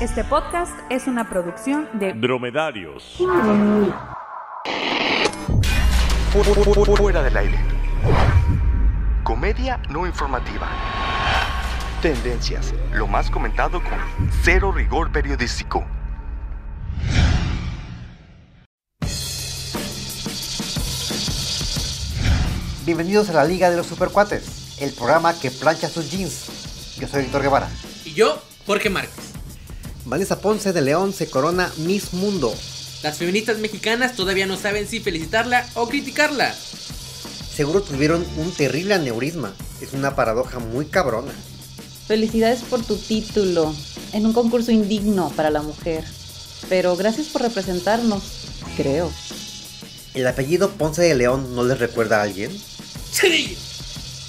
Este podcast es una producción de Dromedarios. Fu- fu- fu- fu- Fuera del aire. Comedia no informativa. Tendencias. Lo más comentado con cero rigor periodístico. Bienvenidos a la Liga de los Supercuates, el programa que plancha sus jeans. Yo soy Víctor Guevara. Y yo, Jorge Márquez. Vanessa Ponce de León se corona Miss Mundo. Las feministas mexicanas todavía no saben si felicitarla o criticarla. Seguro tuvieron un terrible aneurisma. Es una paradoja muy cabrona. Felicidades por tu título en un concurso indigno para la mujer. Pero gracias por representarnos, creo. ¿El apellido Ponce de León no les recuerda a alguien? ¡Sí!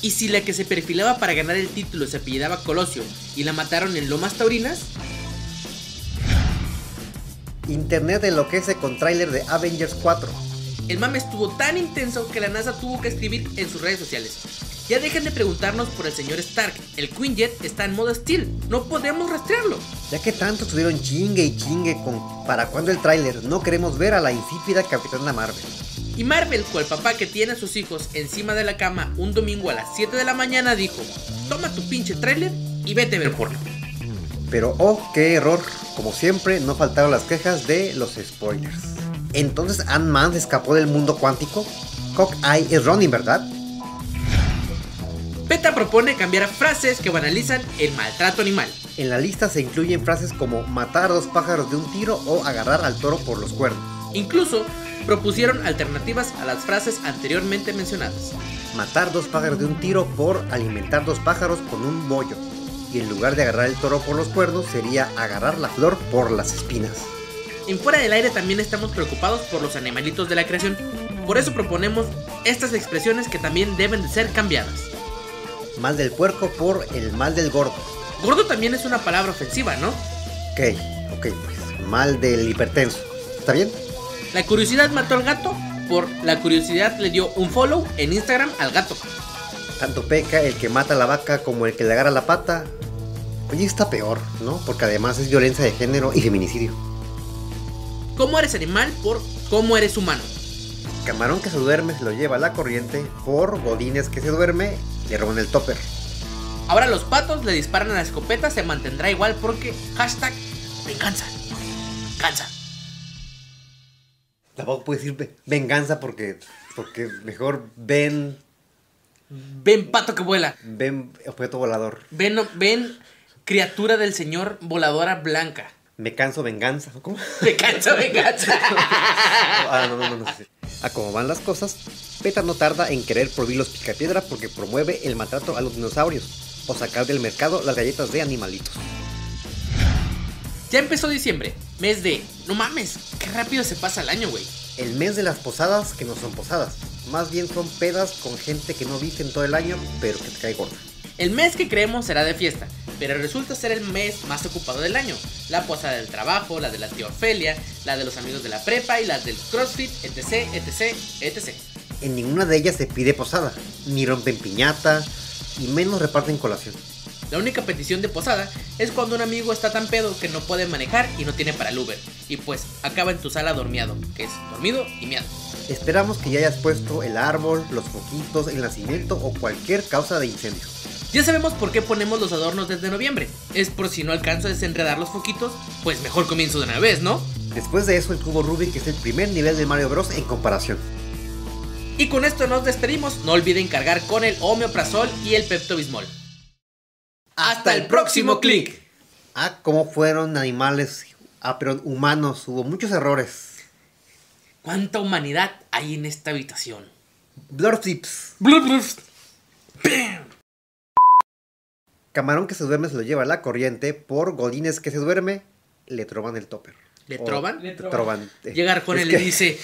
Y si la que se perfilaba para ganar el título se apellidaba Colosio y la mataron en Lomas Taurinas, Internet enloquece con tráiler de Avengers 4. el mame estuvo tan intenso que la NASA tuvo que escribir en sus redes sociales. Ya dejen de preguntarnos por el señor Stark. El Quinjet está en modo Steel. No podemos rastrearlo. Ya que tanto estuvieron chingue y chingue con ¿para cuándo el tráiler? No queremos ver a la insípida Capitana Marvel. Y Marvel, cual papá que tiene a sus hijos encima de la cama un domingo a las 7 de la mañana, dijo: Toma tu pinche trailer y vete a ver porno. Pero oh, qué error. Como siempre, no faltaron las quejas de los spoilers. Entonces Ant-Man se escapó del mundo cuántico. Hawkeye es Ronin, ¿verdad? PETA propone cambiar a frases que banalizan el maltrato animal. En la lista se incluyen frases como matar dos pájaros de un tiro o agarrar al toro por los cuernos. Incluso propusieron alternativas a las frases anteriormente mencionadas. Matar dos pájaros de un tiro por alimentar dos pájaros con un bollo. Y en lugar de agarrar el toro por los cuernos sería agarrar la flor por las espinas. En fuera del aire también estamos preocupados por los animalitos de la creación. Por eso proponemos estas expresiones que también deben de ser cambiadas. Mal del puerco por el mal del gordo. Gordo también es una palabra ofensiva, ¿no? Ok, ok, pues mal del hipertenso. ¿Está bien? La curiosidad mató al gato por la curiosidad le dio un follow en Instagram al gato. Tanto peca el que mata a la vaca como el que le agarra la pata. Oye, está peor, ¿no? Porque además es violencia de género y feminicidio. ¿Cómo eres animal por cómo eres humano? Camarón que se duerme se lo lleva a la corriente. Por Godines que se duerme le roban el topper. Ahora los patos le disparan a la escopeta, se mantendrá igual porque hashtag venganza. Cansa. Tampoco puedo decir ve- venganza porque, porque mejor ven, Ven pato que vuela. ven objeto volador. Ven, ven criatura del señor voladora blanca. Me canso venganza. ¿Cómo? Me cansa, me cansa. Ah, no, no, no, no sé. A como van las cosas, PETA no tarda en querer prohibir los picapiedra porque promueve el maltrato a los dinosaurios o sacar del mercado las galletas de animalitos. Ya empezó diciembre, mes de... No mames, qué rápido se pasa el año, güey. El mes de las posadas que no son posadas. Más bien son pedas con gente que no viste en todo el año, pero que te cae gorda. El mes que creemos será de fiesta, pero resulta ser el mes más ocupado del año. La posada del trabajo, la de la tía Ofelia, la de los amigos de la prepa y las del CrossFit, etc, etc, etc. En ninguna de ellas se pide posada, ni rompen piñata, y menos reparten colación. La única petición de posada es cuando un amigo está tan pedo que no puede manejar y no tiene para el Uber. Y pues acaba en tu sala dormiado, que es dormido y miado. Esperamos que ya hayas puesto el árbol, los foquitos, el nacimiento o cualquier causa de incendio. Ya sabemos por qué ponemos los adornos desde noviembre. Es por si no alcanzo a desenredar los foquitos, pues mejor comienzo de una vez, ¿no? Después de eso, el cubo Rubik es el primer nivel de Mario Bros. en comparación. Y con esto nos despedimos. No olviden cargar con el homeoprazol y el peptobismol. Hasta el próximo clic. Ah, cómo fueron animales, ah, pero humanos, hubo muchos errores. ¿Cuánta humanidad hay en esta habitación? Blur tips. Blur, blur. Camarón que se duerme se lo lleva a la corriente. Por Godines que se duerme, le troban el topper. ¿Le O troban? Le troban. Eh, Llega Arjona y es le que dice: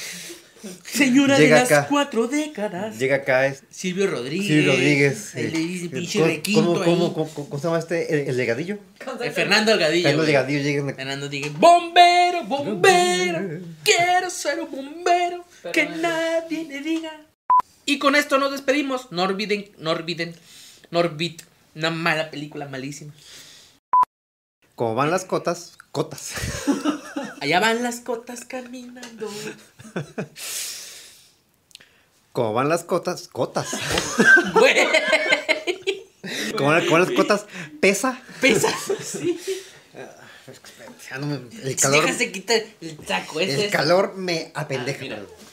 Señora Llega de las acá. cuatro décadas. Llega acá es Silvio Rodríguez. Silvio Rodríguez. Ahí eh, le dice: eh, pinche ¿cómo- requinto. ¿Cómo, ahí". cómo, cómo, cómo, se llama este? ¿El, el legadillo? Eh, Fernando Algadillo. Fernando güey. Legadillo llega en- Fernando dice: Bombero, bombero. Quiero ser un bombero. que nadie me diga. Y con esto nos despedimos. No olviden, no olviden, no olviden. Una mala película, malísima. Como van las cotas, cotas. Allá van las cotas caminando. Como van las cotas, cotas. Güey, Como van, como van las cotas, pesa. pesa. Sí. Ya no me- el calor, Déjase quitar el saco ese. el calor me apendeja. Ah, mira.